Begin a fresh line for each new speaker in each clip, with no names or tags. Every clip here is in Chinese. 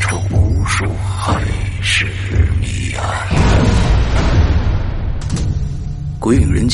出无数海市谜案。鬼影人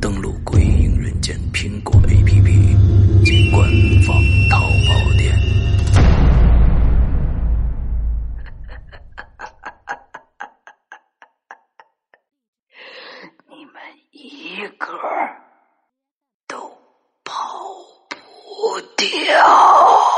登录《鬼影人间》苹果 APP 及官方淘宝店。
你们一个都跑不掉。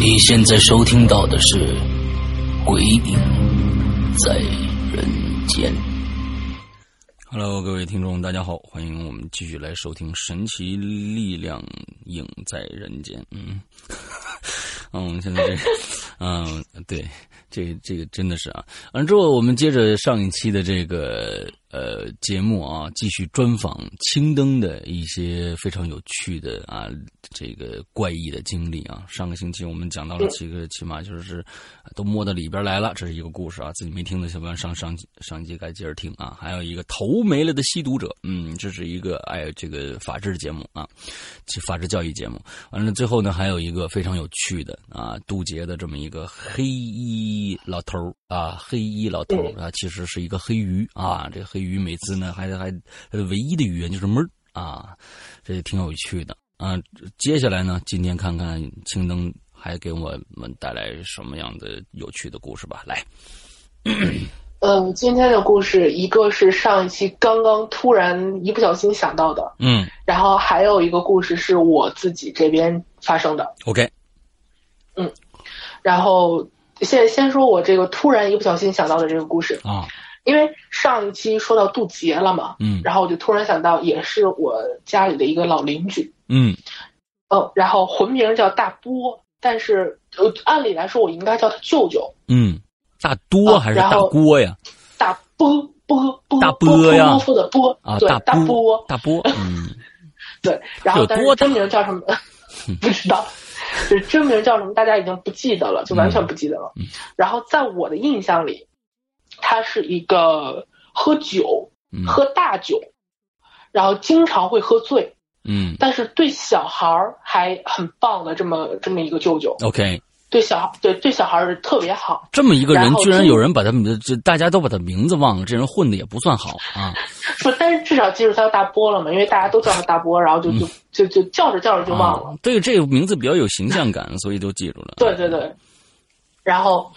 你现在收听到的是《鬼影在人间》。Hello，各位听众，大家好，欢迎我们继续来收听《神奇力量影在人间》。嗯， 嗯，我们现在这个，嗯，对，这个、这个真的是啊。完之后，我们接着上一期的这个呃节目啊，继续专访青灯的一些非常有趣的啊这个怪异的经历啊。上个星期我们讲到了几个，起码就是都摸到里边来了，这是一个故事啊。自己没听的小伙伴上上上一集该接着听啊。还有一个头没了的吸毒者，嗯，这是一个哎这个法制节目啊，这法制教育节目。完了，最后呢，还有一个非常有趣的啊，渡劫的这么一个黑衣老头儿啊，黑衣老头儿啊，其实是一个黑鱼啊。这个黑鱼每次呢，还还它的唯一的语言就是哞儿啊，这也挺有趣的啊。接下来呢，今天看看青灯还给我们带来什么样的有趣的故事吧。来，
嗯，今天的故事一个是上一期刚刚突然一不小心想到的，
嗯
然后还有一个故事是我自己这边发生的。
，OK，
然后现在先说我这个突然一不小心想到的这个故事，
啊，
因为上一期说到渡劫了嘛，
嗯
然后我就突然想到，也是我家里的一个老邻居，
嗯
嗯，然后魂名叫大波，但是呃，按理来说我应该叫他舅舅，
嗯，大多
啊
还是
然
大
后
锅呀？
大波波波
大波
波
呀
波夫的波
啊，
对，
波，
波
大波，嗯，
对，然
有
后但
多
是
大嗯
真名叫什么 不知道，就是真名叫什么大家已经不记得了，就完全不记得了。
嗯
然后在我的印象里，他是一个喝酒、
嗯
喝大酒，然后经常会喝醉，
嗯
但是对小孩儿还很棒的这么这么一个舅舅，
，OK，
对小孩对对小孩儿特别好。
这么一个人
然，后
居然
中
有人把他们的这大家都把他名字忘了，这人混的也不算好啊。
不，但是至少记住他叫大波了嘛，因为大家都叫他大波，然后就就就就叫着 叫着就忘了。
啊对，这个名字比较有形象感，所以都记住了。
对对对。然后，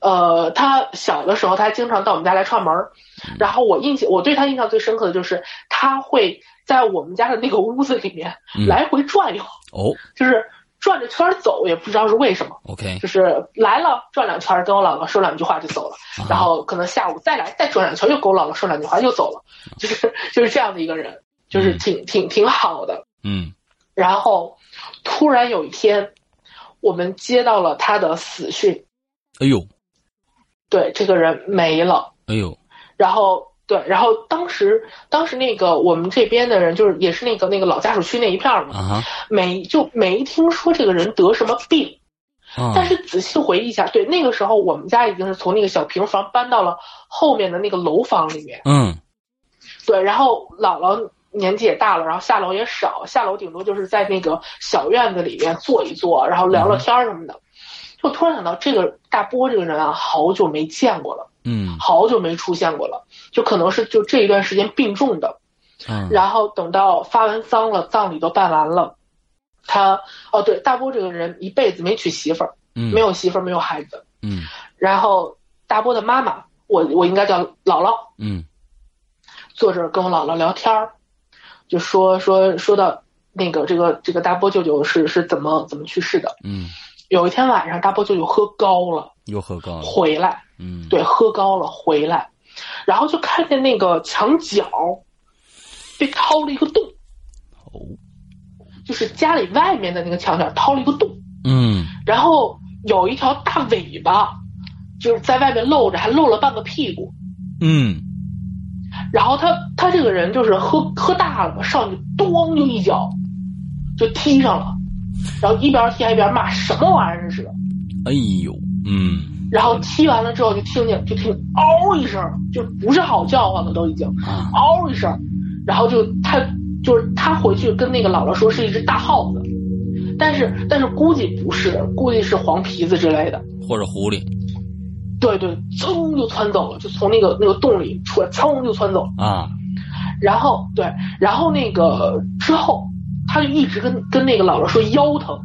呃，他小的时候，他经常到我们家来串门儿。
嗯
然后我印象，我对他印象最深刻的就是他会在我们家的那个屋子里面
嗯
来回转悠，
哦
就是转着圈儿走，也不知道是为什么，
，OK，
就是来了转两圈儿，跟我姥姥说两句话就走了。
啊
然后可能下午再来再转两圈，又跟我姥姥说两句话又走了，就是就是这样的一个人，就是
嗯
挺挺挺好的。
嗯
然后突然有一天，我们接到了他的死讯，
哎呦
对，这个人没了。
哎呦，
然后对，然后当时当时那个我们这边的人，就是也是
啊
那个那个老家属区那一片儿嘛，
啊哈，
没就没听说这个人得什么病，
啊
但是仔细回忆一下，对，那个时候我们家已经是从那个小平房搬到了后面的那个楼房里面。
嗯
对，然后姥姥年纪也大了，然后下楼也少，下楼顶多就是在那个小院子里面坐一坐，然后聊
嗯
聊天儿什么的。就突然想到，这个大波这个人啊，好久没见过了，
嗯
好久没出现过了，就可能是就这一段时间病重的。
嗯
然后等到发完丧了，葬礼都办完了，他哦对，大波这个人一辈子没娶媳妇儿，
嗯
没有媳妇儿，没有孩子。
嗯
然后大波的妈妈，我我应该叫姥姥，
嗯
坐这儿跟我姥姥聊天儿，就说说说到那个这个这个大波舅舅是是怎么怎么去世的。
嗯，
有一天晚上，大波舅舅喝高了
又喝高了，
回来，
嗯
对，喝高了回来，然后就看见那个墙角被掏了一个洞，
哦
就是家里外面的那个墙角掏了一个洞，
嗯
然后有一条大尾巴，就是在外面露着，还露了半个屁股。
嗯
然后他他这个人就是喝喝大了嘛，上去咣就一脚就踢上了，然后一边踢还一边骂什么玩意儿这是。
哎呦嗯
然后踢完了之后就听见就听见嗷一声，就不是好叫唤了都已经
啊
嗷一声，然后就他就是他回去跟那个姥姥说是一只大耗子，但是但是估计不是，估计是黄皮子之类的。
或者狐狸
对对，噌就窜走了，就从那个那个洞里出来，噌就窜走了。
啊
然后对，然后那个之后，他就一直跟跟那个姥姥说腰疼，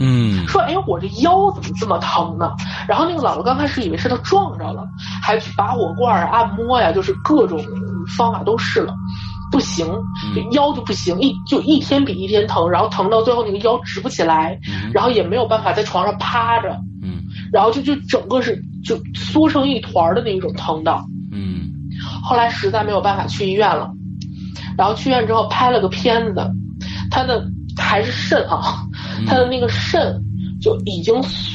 嗯
说哎我这腰怎么这么疼呢？然后那个姥姥刚开始以为是他撞着了，还去拔火罐儿、啊按摩呀，就是各种方法都试了，不行，这腰就不行，一就一天比一天疼，然后疼到最后那个腰直不起来，
嗯
然后也没有办法在床上趴着，
嗯
然后就就整个是就缩成一团儿的那种疼的。
嗯
后来实在没有办法去医院了，然后去医院之后拍了个片子，他的还是肾啊，
嗯
他的那个肾就已经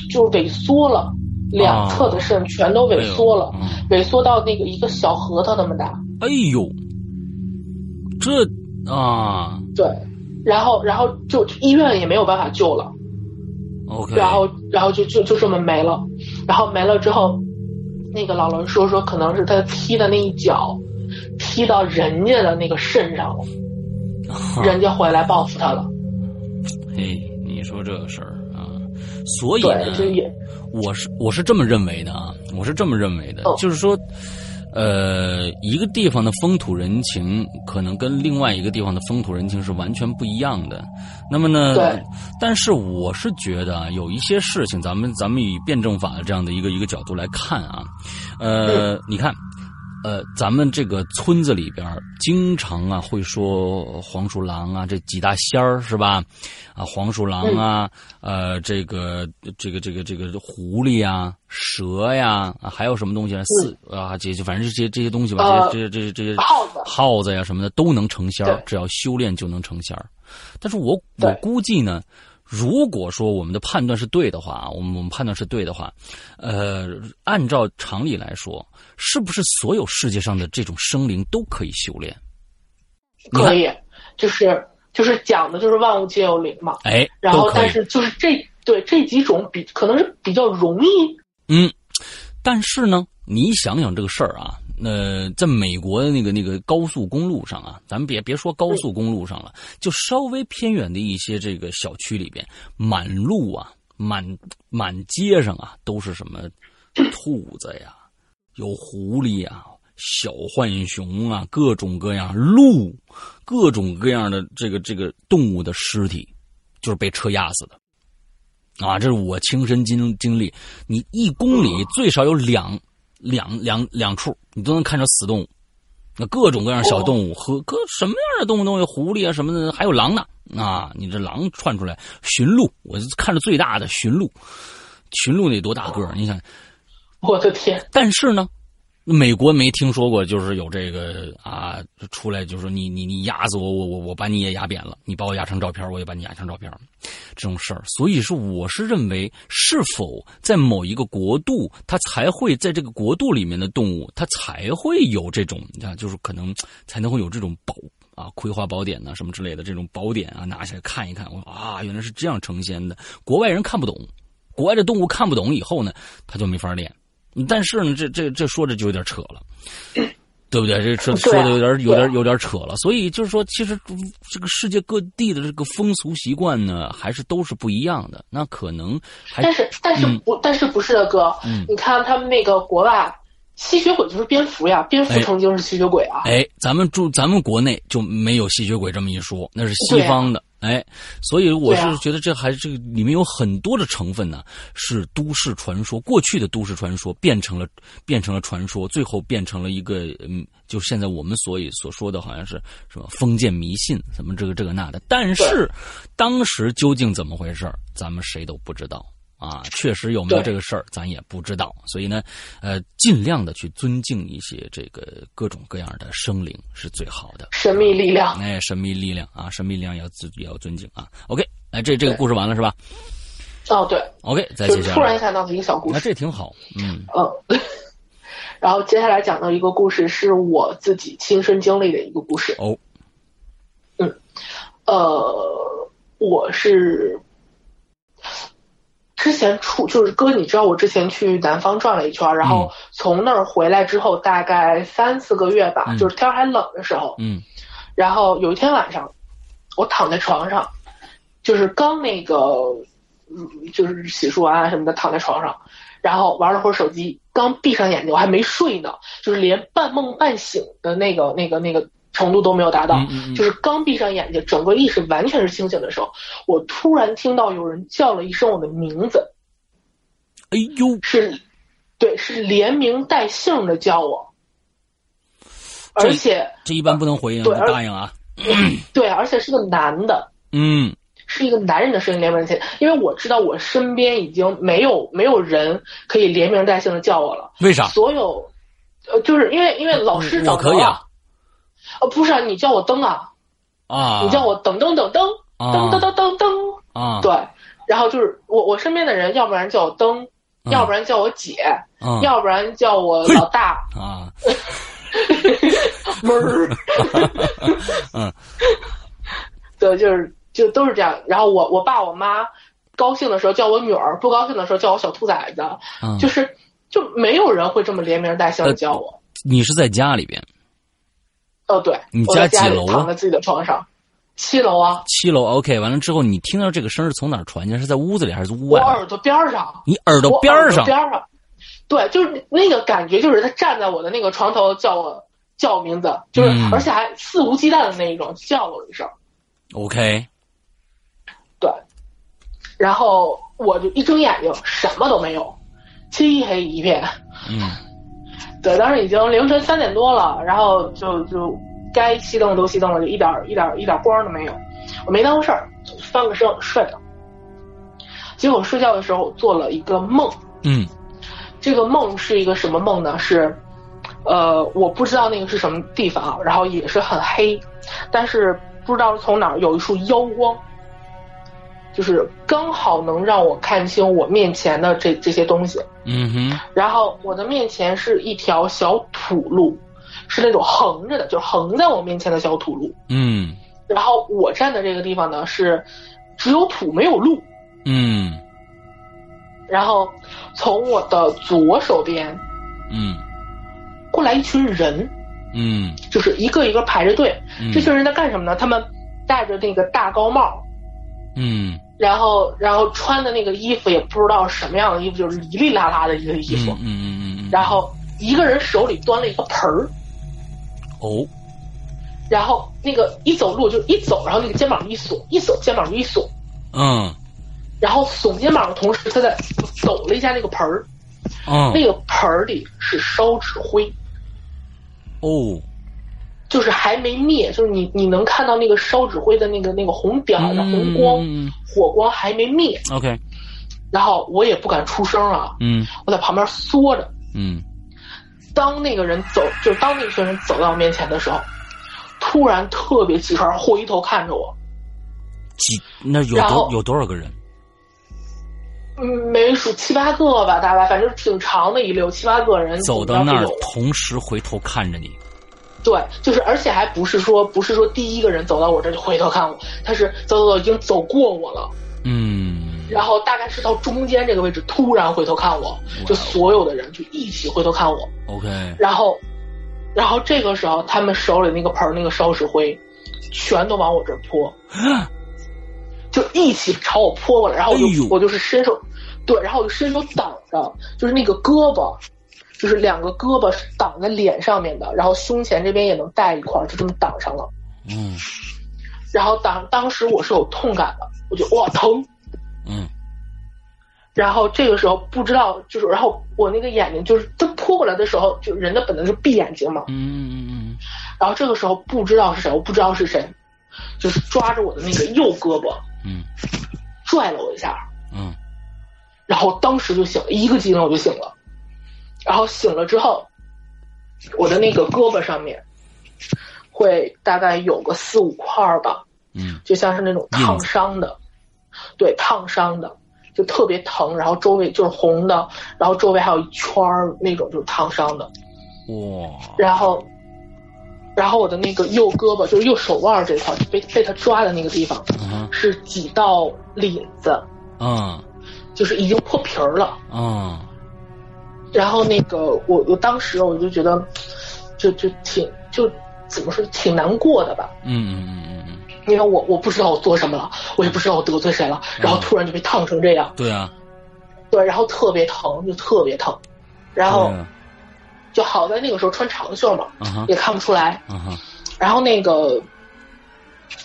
就萎缩了，两侧的肾全都
哎
萎缩了，
嗯
萎缩到那个一个小核桃那么大，
哎呦这啊
对，然后然后就医院也没有办法救了，
OK
然后然后就就就这么没了，然后没了之后，那个老人说说可能是他踢的那一脚，踢到人家的那个肾上了，
啊
人家回来报复他了。
嘿你说这个事儿啊，所以
对，就
呢
也
我是我是这么认为的啊，我是这么认为的，
哦
就是说。呃，一个地方的风土人情可能跟另外一个地方的风土人情是完全不一样的。那么呢
对，
但是我是觉得啊，有一些事情，咱们咱们以辩证法的这样的一个一个角度来看啊，呃，
嗯
你看，呃，咱们这个村子里边儿经常啊会说黄鼠狼啊，这几大仙儿是吧？啊，黄鼠狼啊，呃，这个这个这个这个狐狸啊，蛇呀、啊还有什么东西啊？四、啊，这这反正这些这些东西吧，
呃
这些这些这些这些
耗子
耗子呀什么的都能成仙儿
对
只要修炼就能成仙儿但是我我
对
估计呢，如果说我们的判断是对的话啊，我们我们判断是对的话，呃，按照常理来说，是不是所有世界上的这种生灵都可以修炼？你看
可以，就是就是讲的就是万物皆有灵嘛。
哎，
然
都
后，
可
但
以。
是就是这对这几种比可能是比较容易，
嗯，但是呢，你想想这个事儿啊，呃，在美国的那个那个高速公路上啊，咱们别别说高速公路上了，就稍微偏远的一些这个小区里边，满路啊，满满街上啊，都是什么兔子呀，有狐狸呀、小浣熊啊，各种各样鹿，各种各样的这个这个动物的尸体，就是被车压死的。啊，这是我亲身经经历。你一公里最少有两两两两处，你都能看着死动物，那各种各样小动物和各什么样的动物都有，狐狸啊什么的，还有狼呢。啊，你这狼窜出来驯鹿，我看着最大的驯鹿，驯鹿得多大个儿？你想，
我的天，
但是呢，美国没听说过，就是有这个啊，出来就说你你你压死我，我我我把你也压扁了，你把我压成照片，我也把你压成照片，这种事儿。所以说，我是认为，是否在某一个国度，它才会在这个国度里面的动物，它才会有这种啊，就是可能才能会有这种宝啊，《葵花宝典》呐、什么之类的这种宝典啊，拿起来看一看，我啊，原来是这样呈现的，国外人看不懂。国外的动物看不懂以后呢，他就没法练。但是呢，这这这说着就有点扯了。对不对？这说说的有点、有点、有点扯了。所以就是说，其实嗯这个世界各地的这个风俗习惯呢，还是都是不一样的。那可能还，
但是但是不、
哎嗯、
但是不是的哥，
嗯、
你看他们那个国外吸血鬼就是蝙蝠呀，蝙蝠曾经是吸血鬼啊。
哎，咱们住咱们国内就没有吸血鬼这么一说，那是西方的。哎，所以我是觉得这还这个里面有很多的成分呢、啊，是都市传说，过去的都市传说变成了变成了传说，最后变成了一个嗯，就现在我们所以所说的好像是什么封建迷信，什么这个这个那的。但是当时究竟怎么回事咱们谁都不知道啊，确实有没有这个事儿，咱也不知道。所以呢，呃，尽量的去尊敬一些这个各种各样的生灵是最好的。
神秘力量，
哎，神秘力量啊，神秘力量要尊也要尊敬啊。OK，哎，这这个故事完了是吧？
哦，对。
OK，再接下来。
突然想到的一个小故事，
那、啊、这挺好，嗯
嗯。 然后接下来讲到一个故事，是我自己亲身经历的一个故事。
哦，
嗯，呃，我是之前出就是哥，你知道我之前去南方转了一圈，然后从那儿回来之后，大概三四个月吧，
嗯
就是天还冷的时候，
嗯，
然后有一天晚上，我躺在床上，就是刚那个，嗯，就是洗漱完啊什么的，躺在床上，然后玩了会儿手机，刚闭上眼睛，我还没睡呢，就是连半梦半醒的那个、那个、那个程度都没有达到，
嗯嗯嗯
就是刚闭上眼睛，整个意识完全是清醒的时候，我突然听到有人叫了一声我的名字，
哎呦，
是，对，是连名带姓的叫我，而且
这一般不能回应，
对
你
而
答应啊。
对，而且是个男的，
嗯
是一个男人的声音连名带姓，因为我知道我身边已经没有没有人可以连名带姓的叫我了，
为啥？
所有，呃，就是因为因为老师找
我
不
可以
着
啊，
呃，不是啊，你叫我灯啊，
啊，
你叫我噔噔噔噔噔噔
啊
噔噔噔，
啊，
对，然后就是我我身边的人，要不然叫我灯，
嗯
要不然叫我姐，
啊
要不然叫我老大，
啊，
哞儿，
嗯
对，就是就都是这样。然后我我爸我妈高兴的时候叫我女儿，不高兴的时候叫我小兔崽子，
嗯，呃
就是就没有人会这么连名带姓的叫我。
你是在家里边，
哦，对，
你
我
家
在家
几
里
楼啊
躺在自己的床上，七楼啊，
七楼 OK，完了之后你听到这个声儿是从哪儿传进？是在屋子里还是屋
我
外？
耳朵边儿上，
你耳朵
我
边
耳
儿
朵
上
边儿上，对，就是那个感觉，就是他站在我的那个床头叫我叫我名字，就是、
嗯
而且还肆无忌惮的那一种叫我一声，
，OK，
对，然后我就一睁眼睛什么都没有，漆黑一片，
嗯
对，当时已经凌晨三点多了，然后就就该熄灯的都熄灯了，就一点儿一点儿一点儿光都没有。我没当回事儿，翻个身睡了。结果睡觉的时候做了一个梦，
嗯
这个梦是一个什么梦呢？是，呃，我不知道那个是什么地方啊，然后也是很黑，但是不知道是从哪儿有一束妖光，就是刚好能让我看清我面前的这这些东西。
嗯哼，
然后我的面前是一条小土路，是那种横着的，就是横在我面前的小土路。
嗯
然后我站的这个地方呢是只有土没有路。
嗯
然后从我的左手边
嗯
过来一群人，
嗯
就是一个一个排着队。
嗯，
这群人在干什么呢？他们戴着那个大高帽，
嗯
然后然后穿的那个衣服也不知道什么样的衣服，就是哩哩啦啦的一个衣服
嗯。嗯嗯嗯，
然后一个人手里端了一个盆儿。
哦，
然后那个一走路就一走，然后那个肩膀一耸，一耸肩膀就一耸，
嗯
然后耸肩膀的同时，他在抖了一下那个盆儿，那
嗯
个盆儿里是烧纸灰，
哦，
就是还没灭，就是你你能看到那个烧纸灰的那个那个红点儿的红光，
嗯
火光还没灭。
，OK，
然后我也不敢出声啊，
嗯
我在旁边缩着。
嗯
当那个人走，就是当那个学生走到我面前的时候，突然特别气喘，回头看着我，
几那有多有多少个人？
嗯，没数七八个吧，大概反正挺长的一溜，七八个人
走到那
总
儿
要会有
同时回头看着你，
对，就是而且还不是说不是说第一个人走到我这儿就回头看我，他是走走走已经走过我了，
嗯
然后大概是到中间这个位置，突然回头看
哦
我，就所有的人就一起回头看我。
OK，
然后，然后这个时候他们手里那个盆儿那个烧纸灰，全都往我这儿 泼，就一起朝我泼过来。然后我就、
哎呦
我就是伸手，对，然后我就伸手挡着，就是那个胳膊，就是两个胳膊是挡在脸上面的，然后胸前这边也能带一块儿，就这么挡上了。
嗯
然后当当时我是有痛感的，我就哇疼，
嗯
然后这个时候不知道，就是然后我那个眼睛就是它扑过来的时候，就人的本能是闭眼睛嘛。
嗯嗯嗯
然后这个时候不知道是谁，我不知道是谁，就是抓着我的那个右胳膊
嗯
拽了我一下，
嗯
然后当时就醒了，一个激灵我就醒了。然后醒了之后，我的那个胳膊上面会大概有个四五块儿吧，
嗯
就像是那种烫伤的，对，烫伤的，就特别疼，然后周围就是红的，然后周围还有一圈儿那种就是烫伤的，
嗯，哇，
然后，然后我的那个右胳膊就是右手腕儿这块儿被被他抓的那个地方
嗯
是几道领子，
嗯
就是已经破皮儿了。
嗯
然后那个我我当时我就觉得，就就挺就怎么说挺难过的吧，
嗯嗯嗯嗯，
因为我我不知道我做什么了，我也不知道我得罪谁了，然后突然就被烫成这样。
对啊，
对，然后特别疼，就特别疼。然后
嗯
就好在那个时候穿长袖嘛，
啊哈
也看不出来。
啊哈，
然后那个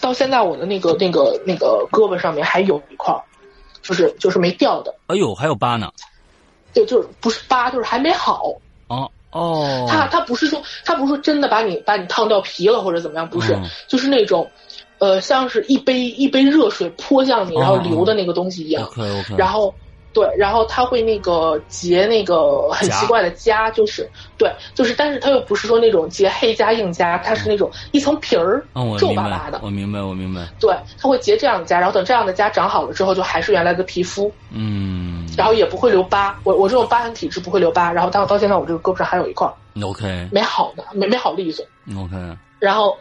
到现在我的那个那个那个胳膊上面还有一块儿，就是就是没掉的，
哎呦，还有疤呢，
对，就是不是疤，就是还没好。
哦哦，
它它不是说它不是说真的把你把你烫掉皮了或者怎么样，不是，
嗯
就是那种，呃，像是一杯一杯热水泼向你，然后
哦
流的那个东西一样。
OK OK，
然后对，然后他会那个结那个很
夹
奇怪的痂，就是对，就是，但是他又不是说那种结黑痂硬痂，它是那种一层皮儿
嗯，我
皱
明
巴巴
白
的，
我明白，我明白，
对，它会结这样的痂，然后等这样的痂长好了之后，就还是原来的皮肤，
嗯，
然后也不会留疤。我我这种疤痕体质不会留疤，然后到到现在我这个胳膊上还有一块儿
OK
没好呢，没没好利索。
OK，
然后，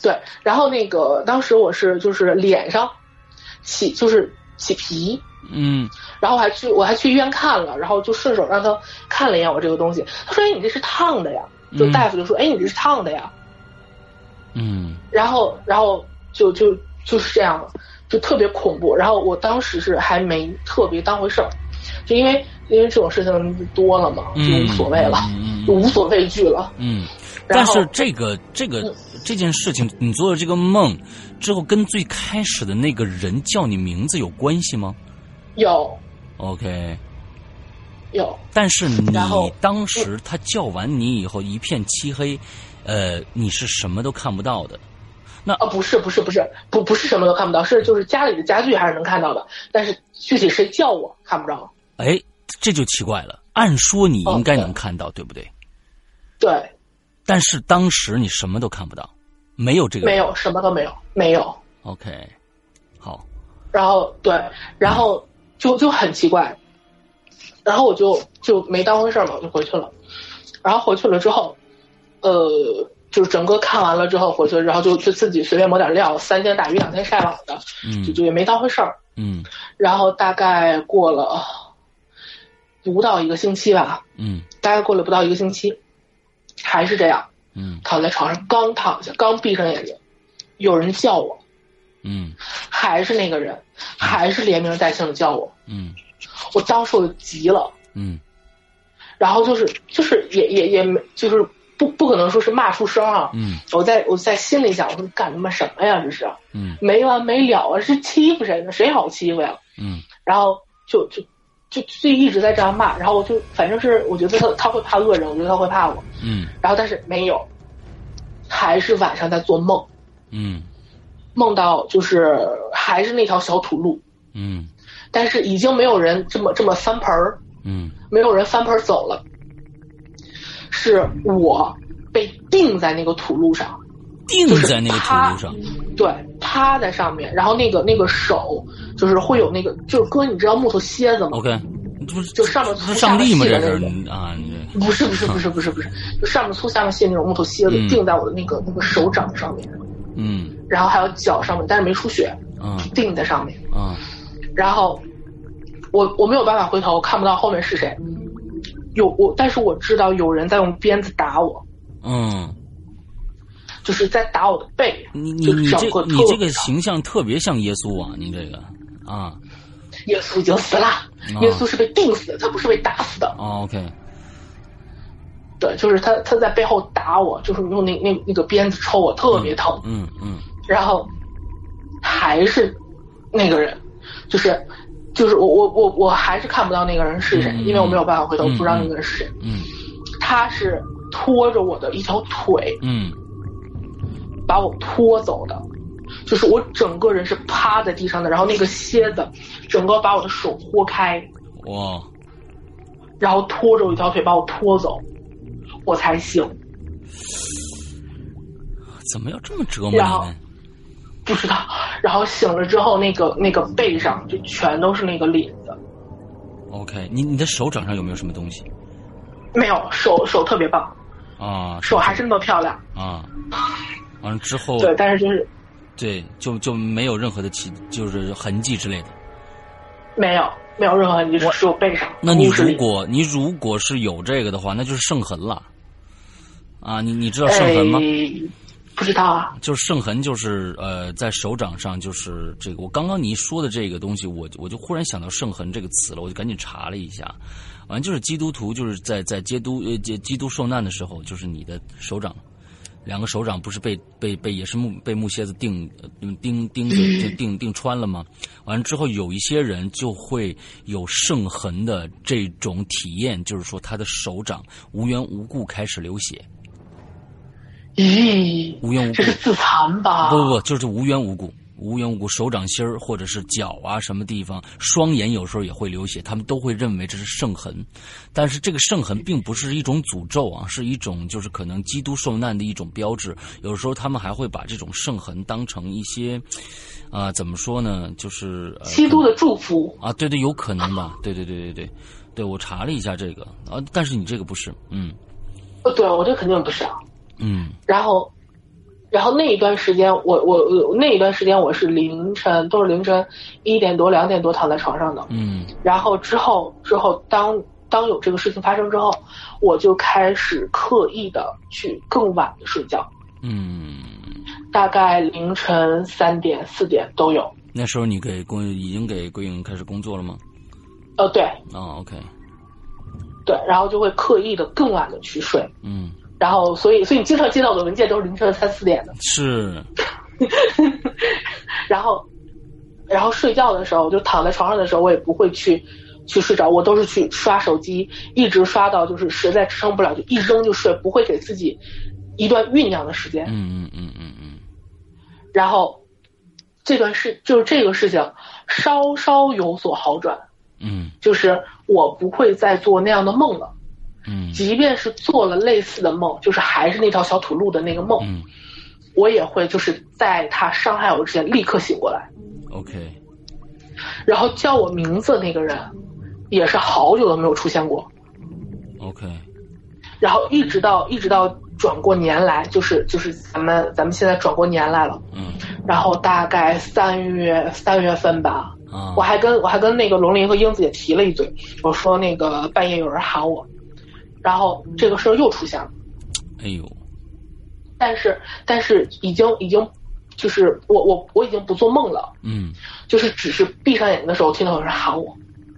对，然后那个当时我是就是脸上起就是起皮，
嗯
然后我还去我还去医院看了，然后就顺手让他看了一眼我这个东西，他说：“哎，你这是烫的呀。”就
嗯
大夫就说：“哎，你这是烫的呀。
嗯”
然后然后就就就是这样了，就特别恐怖。然后我当时是还没特别当回事儿，就因为因为这种事情多了嘛，就
嗯，
无所谓了，
嗯
就无所畏惧了。
嗯，
然
但
后嗯
是这个这个这件事情，你做的这个梦之后，跟最开始的那个人叫你名字有关系吗
有
？OK，
有
但是你
然后
当时他叫完你以后，一片漆黑，呃，你是什么都看不到的。
啊，不是不是不是不不是什么都看不到，是就是家里的家具还是能看到的，但是具体谁叫我看不着。
哎，这就奇怪了。按说你应该
哦
能看到，对不对？
对，
但是当时你什么都看不到，没有这个。
没。有什么都没有，没有。
OK，好，
然后对，然后就就很奇怪，然后我就就没当回事儿嘛，我就回去了。然后回去了之后，呃，就是整个看完了之后回去，然后就就自己随便抹点料，三天打鱼两天晒网的，就
嗯
就也没当回事儿。
嗯
然后大概过了不到一个星期吧，
嗯
大概过了不到一个星期，还是这样，
嗯
躺在床上刚躺下，刚闭上眼睛，有人叫我，
嗯
还是那个人，还是连名带姓的叫我。
嗯
我当时我就急了，
嗯
然后就是就是也也也没就是不不可能说是骂出声啊。
嗯
我在我在心里想，我说干他妈什么呀？这是
嗯
没完没了啊！是欺负谁呢？谁好欺负呀？
嗯
然后就就就就一直在这样骂，然后我就反正是我觉得他他会怕恶人，我觉得他会怕我，
嗯
然后但是没有，还是晚上在做梦，
嗯
梦到就是还是那条小土路，
嗯
但是已经没有人这么这么翻盆儿，
嗯
没有人翻盆走了，是我被钉在那个土路上，
定
就是
在那个土
趴
路上。
对，趴在上面，然后那个那个手就是会有那个，就是哥，你知道木头蝎子吗？
OK，这不是
就上面
这不
粗
是
下
上
面
帝吗？
细
这
的那种。
是啊，你这
不是不是不是不是不是，就上面粗下面细那种木头蝎子
嗯
钉在我的那个那个手掌上面，
嗯
然后还有脚上面，但是没出血，
啊
钉在上面。
啊
然后我我没有办法回头，我看不到后面是谁。有我，但是我知道有人在用鞭子打我，
嗯，
就是在打我的背。啊
你你
就是
你
整
这
个
你
特
这
别
个形象特别像耶稣啊，你这个啊
耶稣已经死了，耶稣是被钉死的，他不是被打死的。
啊 OK，
对，就是他他在背后打我，就是用那那那个鞭子抽我，特别疼。
嗯嗯
然后还是那个人，就是就是我我我我还是看不到那个人是谁，
嗯
因为我没有办法回头，
嗯
不知道那个人是谁。
嗯
他是拖着我的一条腿
嗯
把我拖走的，就是我整个人是趴在地上的，然后那个蝎子整个把我的手豁开，
哇
然后拖着我一条腿把我拖走，我才醒。
怎么要这么折磨你
然后
呢？
不知道，然后醒了之后，那个那个背上就全都是那个领子，
OK，你你的手掌上有没有什么东西
没有手手特别棒，
啊？
手还是那么漂亮，
啊，完了之后
对，但是就是
对就就没有任何的起就是痕迹之类
哦
的。
没有没有任何痕迹，只有背上。
那你
就是
如果你如果是有这个的话，那就是圣痕了啊！你你知道圣痕吗？
哎不知道啊，
就是圣痕，就是呃，在手掌上，就是这个。我刚刚你一说的这个东西，我我就忽然想到圣痕这个词了，我就赶紧查了一下。完，就是基督徒就是在在基督呃基基督受难的时候，就是你的手掌，两个手掌不是被被被也是木被木楔子钉呃钉钉钉就钉钉穿了吗？完了之后，有一些人就会有圣痕的这种体验，就是说他的手掌无缘无故开始流血，
咦，
无缘无
这
故
是自残吧？
不不不，就是无缘无故，无缘无故，手掌心儿或者是脚啊什么地方，双眼有时候也会流血，他们都会认为这是圣痕，但是这个圣痕并不是一种诅咒啊，是一种就是可能基督受难的一种标志。有时候他们还会把这种圣痕当成一些，啊、怎么说呢，就是、呃、
基督的祝福，
啊，对对，有可能吧， 对对对对对，对我查了一下这个啊，但是你这个不是，嗯
呃，对我这肯定不是啊。
嗯
然后，然后那一段时间，我我我那一段时间我是凌晨都是凌晨一点多两点多躺在床上的，
嗯
然后之后之后，当当有这个事情发生之后，我就开始刻意的去更晚的睡觉，
嗯，
大概凌晨三点四点都有。
那时候你给工已经给归影开始工作了吗？
呃，对
哦，OK，
对，然后就会刻意的更晚的去睡，
嗯，
然后所以所以你经常接到我的文件都是凌晨三四点的，
是，
然后然后睡觉的时候就躺在床上的时候，我也不会去。去睡着，我都是去刷手机，一直刷到就是实在支撑不了，就一扔就睡，不会给自己一段酝酿的时间。
嗯嗯嗯嗯嗯，
然后这段事就是这个事情稍稍有所好转，
嗯
就是我不会再做那样的梦了。
嗯
即便是做了类似的梦，就是还是那条小土路的那个梦，
嗯
我也会就是在他伤害我之前立刻醒过来。
，OK，
然后叫我名字那个人，也是好久都没有出现过。
OK，
然后一直到一直到转过年来，就是就是咱们咱们现在转过年来了，
嗯
然后大概三月三月份吧，
啊
我，还跟我还跟那个龙鳞和英子也提了一嘴，我说那个半夜有人喊我，然后这个事儿又出现了，
哎呦，
但是但是已经已经就是我我我已经不做梦了，
嗯
就是只是闭上眼睛的时候听到有人喊我，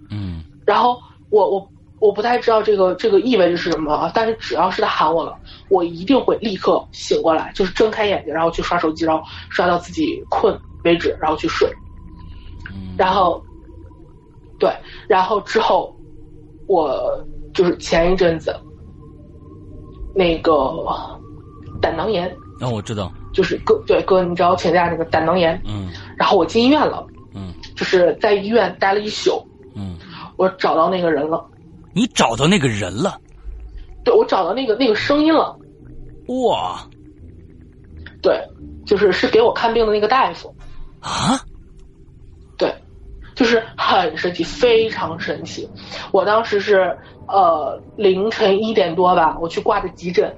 嗯
然后我我我不太知道这个这个意味着是什么啊，但是只要是他喊我了，我一定会立刻醒过来，就是睁开眼睛，然后去刷手机，然后刷到自己困为止，然后去睡。
嗯，
然后，对，然后之后，我就是前一阵子，那个胆囊炎，
那、我知道，
就是哥对哥，你知道请假那个胆囊炎，
嗯
然后我进医院了，
嗯
就是在医院待了一宿，
嗯，
我找到那个人了，
你找到那个人了，
对我找到那个那个声音了，
哇
对，就是是给我看病的那个大夫，
啊，
对，就是很神奇，非常神奇。我当时是呃凌晨一点多吧，我去挂的急诊。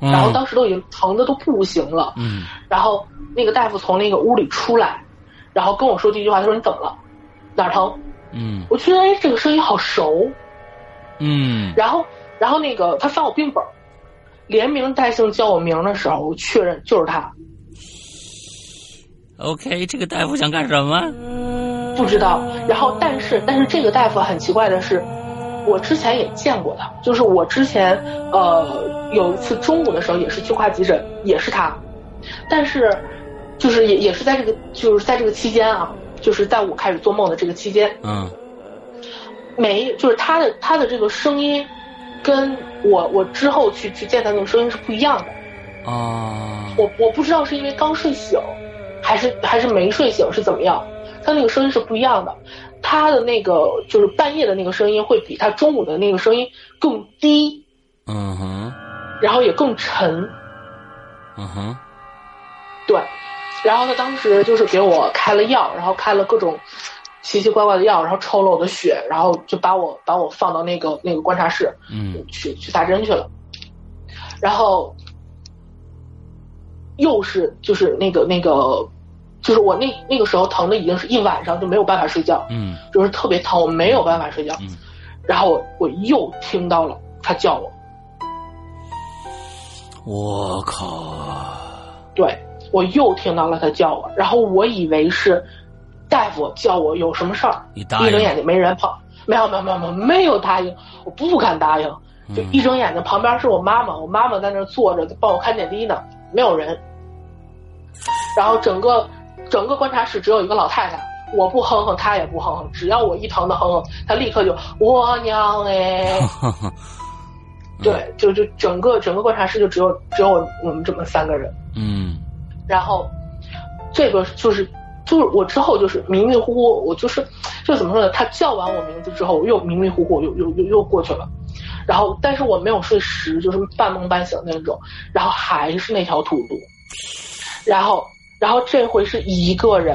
嗯
然后当时都已经疼的都不行了。
嗯
然后那个大夫从那个屋里出来，然后跟我说这句话，他说你怎么了？哪儿疼？
嗯
我觉得哎，这个声音好熟。
嗯
然后，然后那个他翻我病本儿，连名带姓叫我名儿的时候，我确认就是他，
，OK，这个大夫想干什么？
不知道。然后，但是，但是这个大夫很奇怪的是，我之前也见过他，就是我之前呃有一次中午的时候也是去挂急诊，也是他，但是就是也也是在这个就是在这个期间啊，就是在我开始做梦的这个期间，
嗯
没，就是他的他的这个声音，跟我我之后去去见他那个声音是不一样的。
啊，
我我不知道是因为刚睡醒，还是还是没睡醒是怎么样，他那个声音是不一样的。他的那个就是半夜的那个声音会比他中午的那个声音更低，
嗯哼，
然后也更沉。
嗯哼，
对，然后他当时就是给我开了药，然后开了各种奇奇怪怪的药，然后抽了我的血，然后就把我把我放到那个那个观察室，
嗯
去去打针去了，然后又是就是那个那个，就是我那那个时候疼的已经是一晚上就没有办法睡觉，
嗯
就是特别疼，我没有办法睡觉。
嗯
然后我我又听到了他叫我，
我靠，
对我又听到了他叫我，然后我以为是大夫叫我有什么事儿，
你答
一睁眼
应，
睛没人跑，没有没有没有没有没有答应，我不敢答应。就一
嗯
睁眼睛，旁边是我妈妈，我妈妈在那儿坐着帮我看点滴呢，没有人。然后整个整个观察室只有一个老太太，我不哼哼，她也不哼哼，只要我一疼的哼哼，她立刻就我娘 哎，对，就就整个整个观察室就只有只有我们这么三个人。
嗯
然后这个就是就是我之后就是迷迷糊糊，我就是就怎么说呢？他叫完我名字之后，我又迷迷糊糊又又又又过去了。然后，但是我没有睡实，就是半梦半醒那种。然后还是那条土路。然后，然后这回是一个人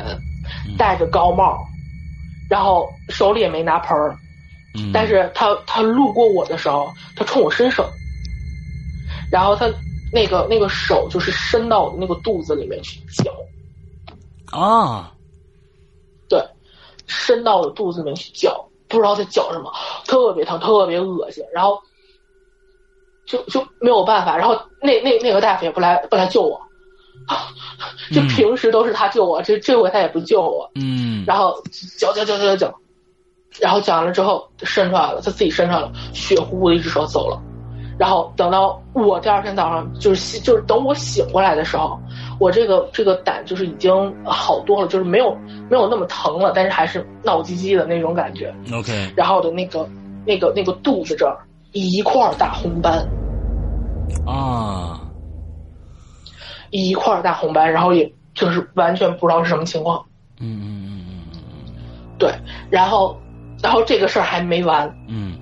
嗯，
戴着高帽，然后手里也没拿盆儿，
嗯，
但是他他路过我的时候，他冲我伸手，然后他那个那个手就是伸到我的那个肚子里面去绞，
啊，
对，伸到我的肚子里面去绞，不知道在绞什么，特别疼，特别恶心，然后就就没有办法，然后那那那个大夫也不来不来救我， 就
嗯
平时都是他救我，这这回他也不救我，
嗯，
然后搅搅搅搅搅，然后搅完了之后伸出来了，他自己伸出来了，血乎乎的一只手走了。然后等到我第二天早上，就是醒就是等我醒过来的时候，我这个这个胆就是已经呃好多了，就是没有没有那么疼了，但是还是闹唧唧的那种感觉。
OK，
然后我的那个那个那个肚子这儿一块儿大红斑，
啊，
一块儿大红斑，然后也就是完全不知道是什么情况。
嗯嗯嗯
对，然后然后这个事儿还没完，
嗯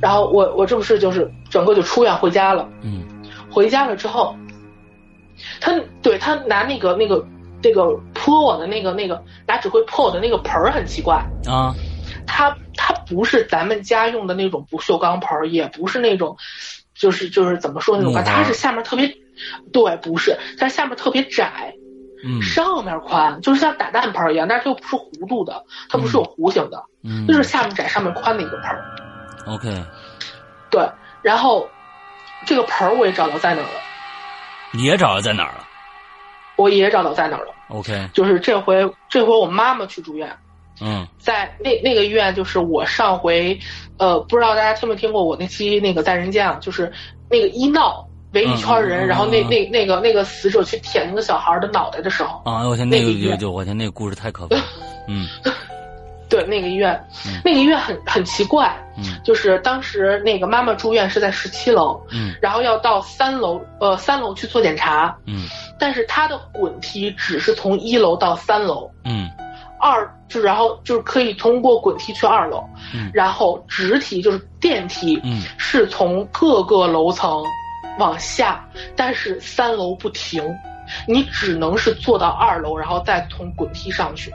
然后我我这不是就是整个就出院回家了，
嗯嗯
回家了之后，他对他拿那个那个那个泼我的那个那个拿纸灰泼我的那个盆儿很奇怪，
嗯啊，
它它不是咱们家用的那种不锈钢盆儿，也不是那种就是就是怎么说那种
木
吧，
盆儿
它是下面特别对，不是它是下面特别窄，
嗯
上面宽，就是像打蛋盆儿一样，但是它又不是弧度的，它不是有弧形的，
嗯，
就是下面窄上面宽的一个盆儿。
OK，
对，然后这个盆儿我也找到在哪儿了，
你也找着在哪儿了
我也找到在哪儿了。
？OK，
就是这回，这回我妈妈去住院，
嗯
在那那个医院，就是我上回，呃，不知道大家听没听过我那期那个在人间啊，就是那个医闹围一圈人，
嗯嗯嗯
然后那
嗯嗯
那那个那个死者去舔那个小孩的脑袋的时候，
啊，我天，那个就就我天，那个故事太可怕了，嗯
对那个医院，
嗯
那个医院很很奇怪，
嗯
就是当时那个妈妈住院是在十七楼，
嗯
然后要到三楼，呃，三楼去做检查，
嗯
但是它的滚梯只是从一楼到三楼，
嗯
二就然后就是可以通过滚梯去二楼，
嗯
然后直梯就是电梯，
嗯
是从各个楼层往下，但是三楼不停，你只能是坐到二楼，然后再从滚梯上去，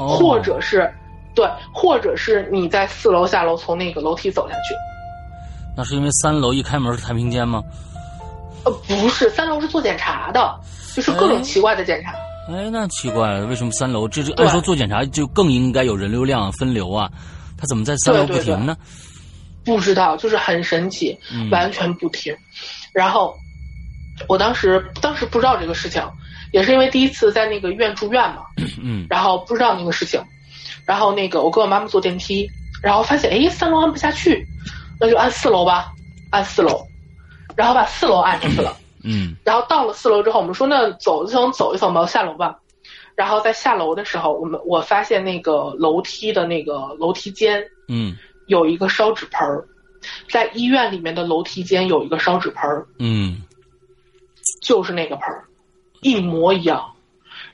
哦
或者是。对，或者是你在四楼下楼从那个楼梯走下去，
那是因为三楼一开门是太平间吗？
呃，不是，三楼是做检查的，就是各种
哎
奇怪的检查，
哎，那奇怪了，为什么三楼？这这按说做检查就更应该有人流量分流啊，他怎么在三楼不停呢？
不知道，就是很神奇，
嗯
完全不停。然后我当时当时不知道这个事情，也是因为第一次在那个医院住院嘛，
嗯
然后不知道那个事情，然后那个我跟我妈妈坐电梯，然后发现哎三楼按不下去，那就按四楼吧，按四楼，然后把四楼按上去 了。
嗯
然后到了四楼之后，我们说那走一层走一层吧，下楼吧。然后在下楼的时候，我们我发现那个楼梯的那个楼梯间
嗯
有一个烧纸盆儿，在医院里面的楼梯间有一个烧纸盆儿，
嗯，
就是那个盆儿，一模一样。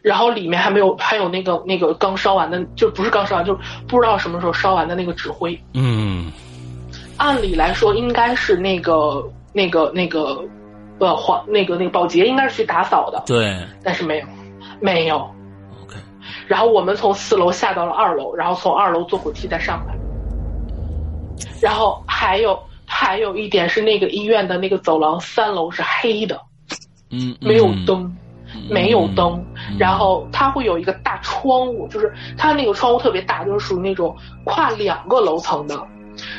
然后里面还没有，还有那个那个刚烧完的，就不是刚烧完，就不知道什么时候烧完的那个纸灰。
嗯
按理来说，应该是那个那个那个，呃，环那个那个保洁应该是去打扫的，
对
但是没有，没有。
，OK，
然后我们从四楼下到了二楼，然后从二楼坐火梯再上来。然后还有还有一点是那个医院的那个走廊三楼是黑的，
嗯，
没有
嗯，
灯，没有灯。
嗯
然后它会有一个大窗户，就是它那个窗户特别大，就是属于那种跨两个楼层的。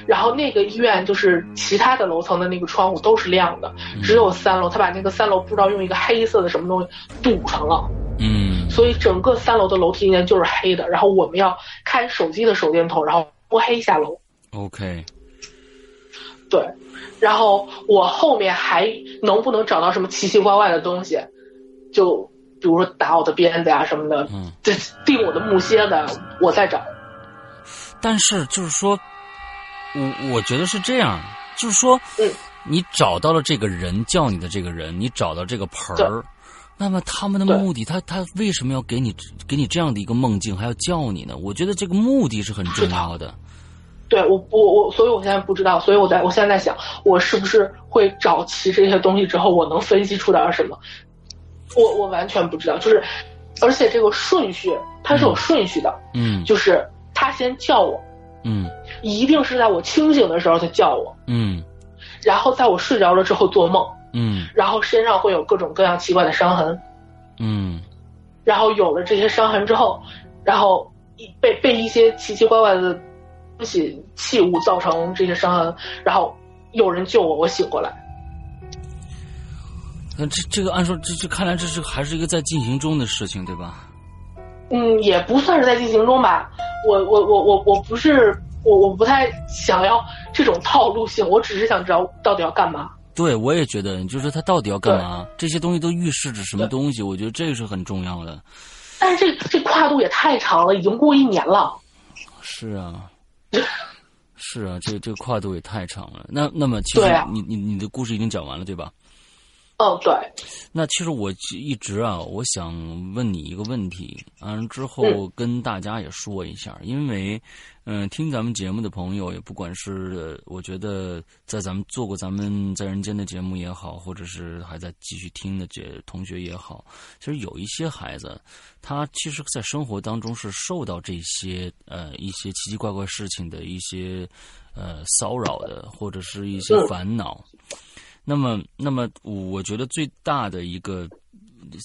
然后那个医院就是其他的楼层的那个窗户都是亮的，
嗯
只有三楼，他把那个三楼不知道用一个黑色的什么东西堵上了。
嗯
所以整个三楼的楼梯间就是黑的。然后我们要开手机的手电筒，然后摸黑下楼。
，OK，
对，然后我后面还能不能找到什么奇奇怪怪的东西？就比如说打我的鞭子呀、什么的，
嗯，
这钉我的木楔子，我再找。
但是就是说，我我觉得是这样，就是说，
嗯
你找到了这个人，叫你的这个人，你找到这个盆儿，那么他们的
对
目的，他他为什么要给你给你这样的一个梦境，还要叫你呢？我觉得这个目的是很重要的。
对我我我，所以我现在不知道，所以我在我现在在想，我是不是会找齐这些东西之后，我能分析出点什么？我我完全不知道，就是，而且这个顺序它是有顺序的，
嗯
就是他先叫我，
嗯
一定是在我清醒的时候他叫我，
嗯
然后在我睡着了之后做梦，
嗯
然后身上会有各种各样奇怪的伤痕，
嗯
然后有了这些伤痕之后，然后一被被一些奇奇怪怪的东西器物造成这些伤痕，然后有人救我，我醒过来。
那这这个按说这这看来这是还是一个在进行中的事情，对吧？
嗯，也不算是在进行中吧。我我我我我不是我我不太想要这种套路性，我只是想知道到底要干嘛。
对，我也觉得，就是他到底要干嘛？这些东西都预示着什么东西？我觉得这个是很重要的。
但是这这跨度也太长了，已经过一年了。
是啊， 是啊，这这个跨度也太长了。那那么，其实
对啊
你、你你的故事已经讲完了，对吧？
嗯，对，
那其实我一直啊，我想问你一个问题，完了之
嗯
后跟大家也说一下，因为，嗯、听咱们节目的朋友，也不管是呃我觉得在咱们做过咱们在人间的节目也好，或者是还在继续听的这同学也好，其实有一些孩子，他其实，在生活当中是受到这些呃一些奇奇怪怪事情的一些呃骚扰的，或者是一些
嗯
烦恼。那么，那么我觉得最大的一个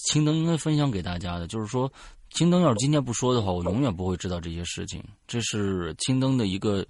青灯应该分享给大家的，就是说，青灯要是今天不说的话，我永远不会知道这些事情。这是青灯的一个，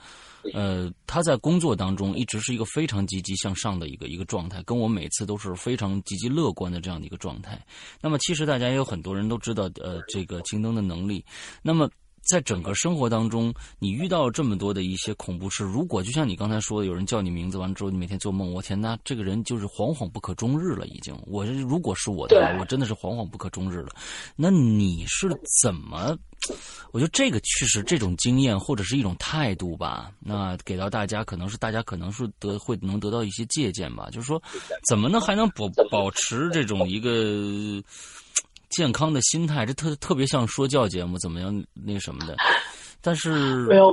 呃，他在工作当中一直是一个非常积极向上的一个一个状态，跟我每次都是非常积极乐观的这样的一个状态。那么，其实大家也有很多人都知道，呃，这个青灯的能力。那么。在整个生活当中，你遇到这么多的一些恐怖事，如果就像你刚才说的，有人叫你名字，完了之后你每天做梦，我天呐，这个人就是惶惶不可终日了，已经。我是如果是我的话，
对
我真的是惶惶不可终日了。那你是怎么？我觉得这个确实这种经验或者是一种态度吧，那给到大家可能是大家可能是得会能得到一些借鉴吧，就是说怎么能还能保保持这种一个健康的心态，这特特别像说教节目怎么样那什么的，但是
没有，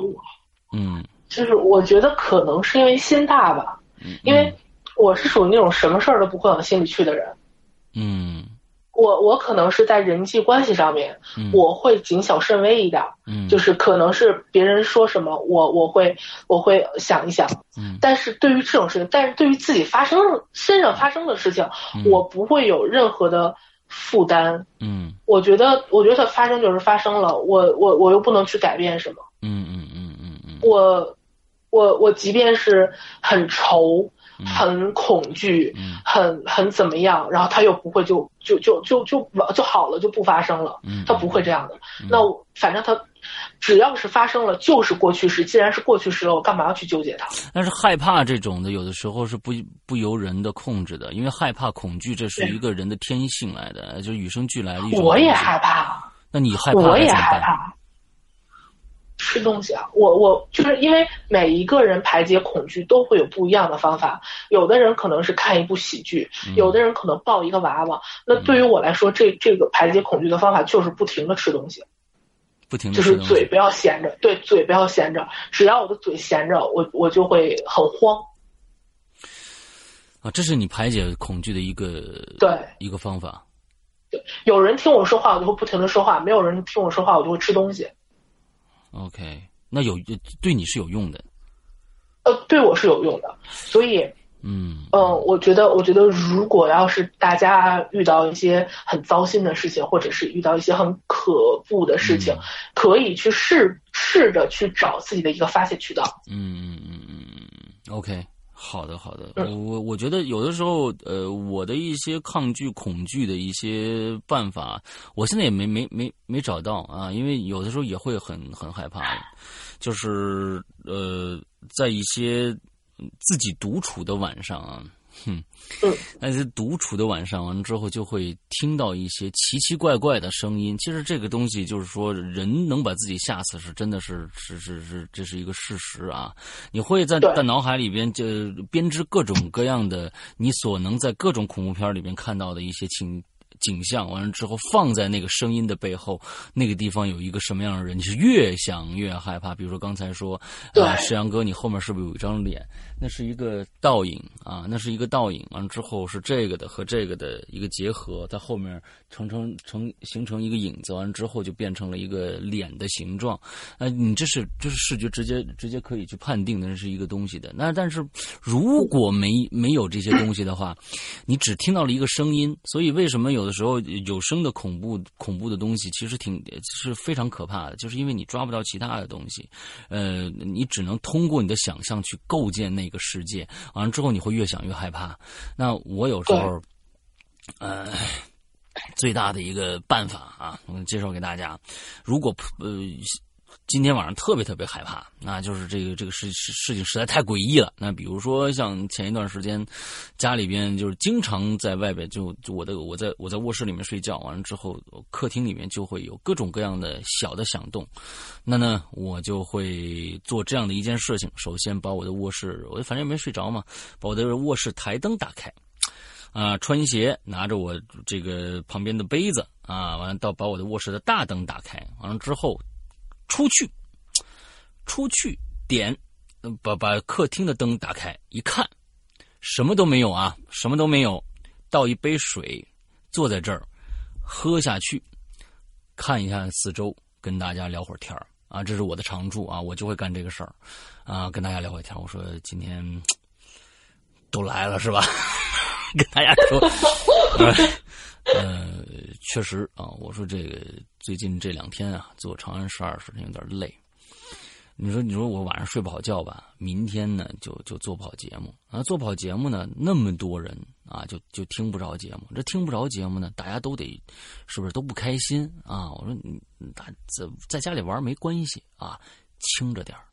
嗯
就是我觉得可能是因为心大吧，
嗯
因为我是属于那种什么事儿都不会往心里去的人。
嗯
我我可能是在人际关系上面，
嗯
我会谨小慎微一点，
嗯
就是可能是别人说什么，我我会我会想一想。
嗯
但是对于这种事情，但是对于自己发生身上发生的事情，
嗯
我不会有任何的负担。
嗯
我觉得，我觉得它发生就是发生了，我我我又不能去改变什么。
嗯嗯嗯嗯嗯
我我我即便是很愁、
嗯
很恐惧、
嗯
很很怎么样，然后它又不会就就就就就就好了，就不发生了。
嗯，
它不会这样的。
嗯
那我反正它只要是发生了，就是过去式。既然是过去式了，我干嘛要去纠结它？
但是害怕这种的，有的时候是不不由人的控制的，因为害怕、恐惧，这是
对
一个人的天性来的，就是与生俱来的一种。
我也害，怕。啊
那你害怕，
我也害。怕吃东西啊。我我就是因为每一个人排解恐惧都会有不一样的方法，有的人可能是看一部喜剧，
嗯
有的人可能抱一个娃娃。那对于我来说，这这个排解恐惧的方法就是不停的吃东西，
不停的
就是嘴不要闲着，对，嘴不要闲着。只要我的嘴闲着，我我就会很慌。
啊，这是你排解恐惧的一个
对，
一个方法。
有人听我说话，我就会不停的说话；没有人听我说话，我就会吃东西。
OK，那有对你是有用的。
呃，对我是有用的，所以。
嗯
嗯，我觉得，我觉得，如果要是大家遇到一些很糟心的事情，或者是遇到一些很可怖的事情，
嗯
可以去试试着去找自己的一个发泄渠道。
嗯嗯嗯嗯嗯，OK，好的好的，
嗯
我我我觉得有的时候，呃，我的一些抗拒恐惧的一些办法，我现在也没没没没找到啊，因为有的时候也会很很害怕，就是呃，在一些自己独处的晚上啊，哼
嗯，
但是独处的晚上完了之后，就会听到一些奇奇怪怪的声音。其实这个东西就是说，人能把自己吓死，是真的是是是是，这是一个事实啊。你会在
对
在脑海里边就编织各种各样的你所能在各种恐怖片里边看到的一些情。景象完了之后，放在那个声音的背后，那个地方有一个什么样的人，你是越想越害怕。比如说刚才说，
对
啊，石阳哥，你后面是不是有一张脸？那是一个倒影啊，那是一个倒影。完了之后是这个的和这个的一个结合，它后面成成成形成一个影子，完了之后就变成了一个脸的形状。呃，你这是这是视觉直接直接可以去判定的，这是一个东西的。那但是如果没没有这些东西的话，你只听到了一个声音，所以为什么有的时候有声的恐怖恐怖的东西其实挺呃是非常可怕的，就是因为你抓不到其他的东西，呃，你只能通过你的想象去构建那个世界，完了之后你会越想越害怕。那我有时候，呃。 最大的一个办法啊，我介绍给大家。如果呃今天晚上特别特别害怕，那就是这个这个事事事情实在太诡异了。那比如说像前一段时间，家里边就是经常在外边就就我的我在我在卧室里面睡觉，完了之后客厅里面就会有各种各样的小的响动。那呢，我就会做这样的一件事情：首先把我的卧室，我反正也没睡着嘛，把我的卧室台灯打开。啊，穿鞋，拿着我这个旁边的杯子啊，完了到把我的卧室的大灯打开，完了之后出去，出去点，呃把把客厅的灯打开，一看，什么都没有啊，什么都没有，倒一杯水，坐在这儿喝下去，看一下四周，跟大家聊会儿天儿啊，这是我的长处啊，我就会干这个事儿啊，跟大家聊会儿天儿。我说今天 都来了是吧？ 跟大家说， 呃，确实啊，我说这个最近这两天啊，做《长安十二时辰》有点累。你说，你说我晚上睡不好觉吧？明天呢，就就做不好节目啊，做不好节目呢，那么多人啊，就就听不着节目。这听不着节目呢，大家都得是不是都不开心啊？我说你大在在家里玩没关系啊，轻着点儿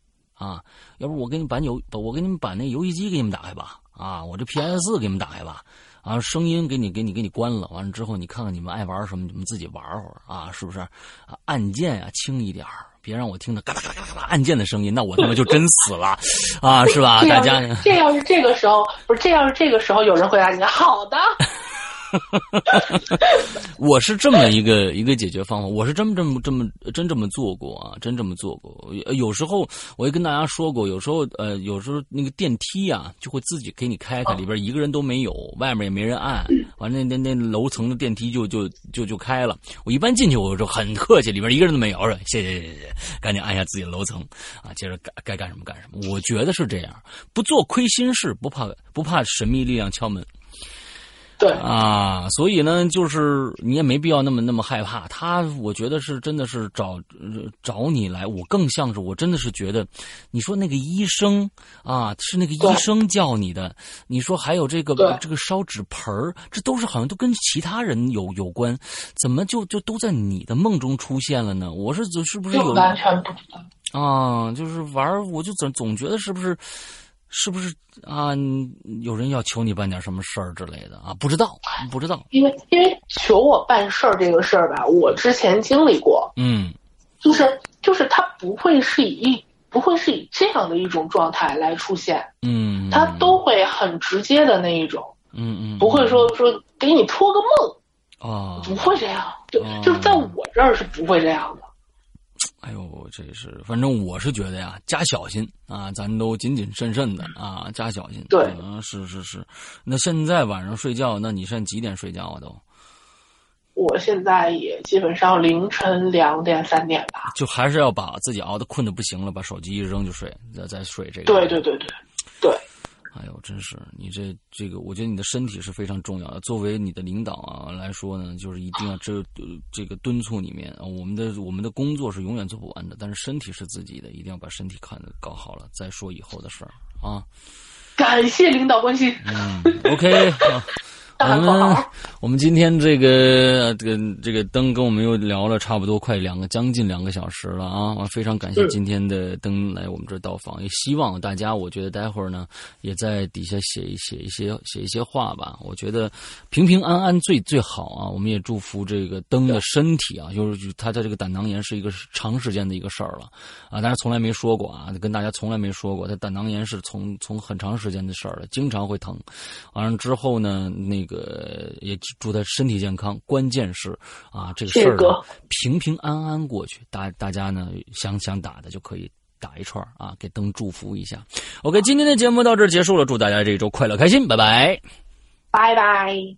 啊，要不我给你把游，把我给你们把那游戏机给你们打开吧，啊，我这 PS 四给你们打开吧，啊，声音给你给你给你关了，完了之后你看看你们爱玩什么，你们自己玩会儿啊，是不是？啊，按键啊轻一点儿别让我听着嘎啦嘎啦嘎啦按键的声音，那我他妈就真死了，啊，是 吧？
这
大
要
家
是这要是这个时候，不是这要是这个时候有人回答你，好 的，
我是这么一个一个解决方法，我是真这么这么真这么做过啊，真这么做过。呃有时候我也跟大家说过，有时候呃，有时候那个电梯啊，就会自己给你开开，里边一个人都没有，外面也没人按，完了那那那楼层的电梯就就就就开了。我一般进去我就很客气，里边一个人都没有，我说谢谢谢谢谢谢，赶紧按下自己的楼层啊，接着该该干什么干什么。我觉得是这样，不做亏心事，不怕不怕神秘力量敲门。
对
啊，所以呢，就是你也没必要那么那么害怕。他，我觉得是真的是找、呃找你来，我更像是我真的是觉得，你说那个医生啊，是那个医
对
生叫你的，你说还有这个
对
这个烧纸盆儿，这都是好像都跟其他人有有关，怎么就就都在你的梦中出现了呢？我是是不是
就
有
完全不知道。
啊，就是玩儿，我就总总觉得是不是，是不是啊？你有人要求你办点什么事儿之类的啊？不知道，不知道。
因为因为求我办事儿这个事儿吧，我之前经历过，
嗯
就是就是他不会是以一不会是以这样的一种状态来出现，
嗯，
他都会很直接的那一种，
嗯嗯，
不会说说给你托个梦，
啊。
不会这样，就
哦
就是在我这儿是不会这样的。
哎呦，这是，反正我是觉得呀，加小心啊，咱都谨谨慎慎的啊，加小心。
对
嗯，是是是。那现在晚上睡觉，那你现在几点睡觉啊？都
我现在也基本上凌晨两点三点吧。
就还是要把自己熬的困的不行了，把手机一扔就睡，再再睡这个。
对对对对对，
哎呦，真是你这这个，我觉得你的身体是非常重要的。作为你的领导啊来说呢，就是一定要这呃这个敦促里面啊，我们的我们的工作是永远做不完的，但是身体是自己的，一定要把身体看得搞好了，再说以后的事儿啊。
感谢领导关心，
嗯，OK 啊。我
大口
们
好
我们今天这个呃这个这个灯跟我们又聊了差不多快两个将近两个小时了啊！我非常感谢
嗯
今天的灯来我们这儿到访，也希望大家，我觉得待会儿呢也在底下写一写一些写一些话吧。我觉得平平安安最最好啊！我们也祝福这个灯的身体啊，就是他的这个胆囊炎是一个长时间的一个事儿了啊，但是从来没说过啊，跟大家从来没说过，他胆囊炎是从从很长时间的事儿了，经常会疼。完了之后呢，那个也祝他身体健康，关键是啊，这个事
谢谢
儿呢
哥
平平安安过去。大大家呢想想打的就可以打一串儿啊，给灯祝福一下。OK，今天的节目到这儿结束了，祝大家这一周快乐开心，拜拜。
拜拜。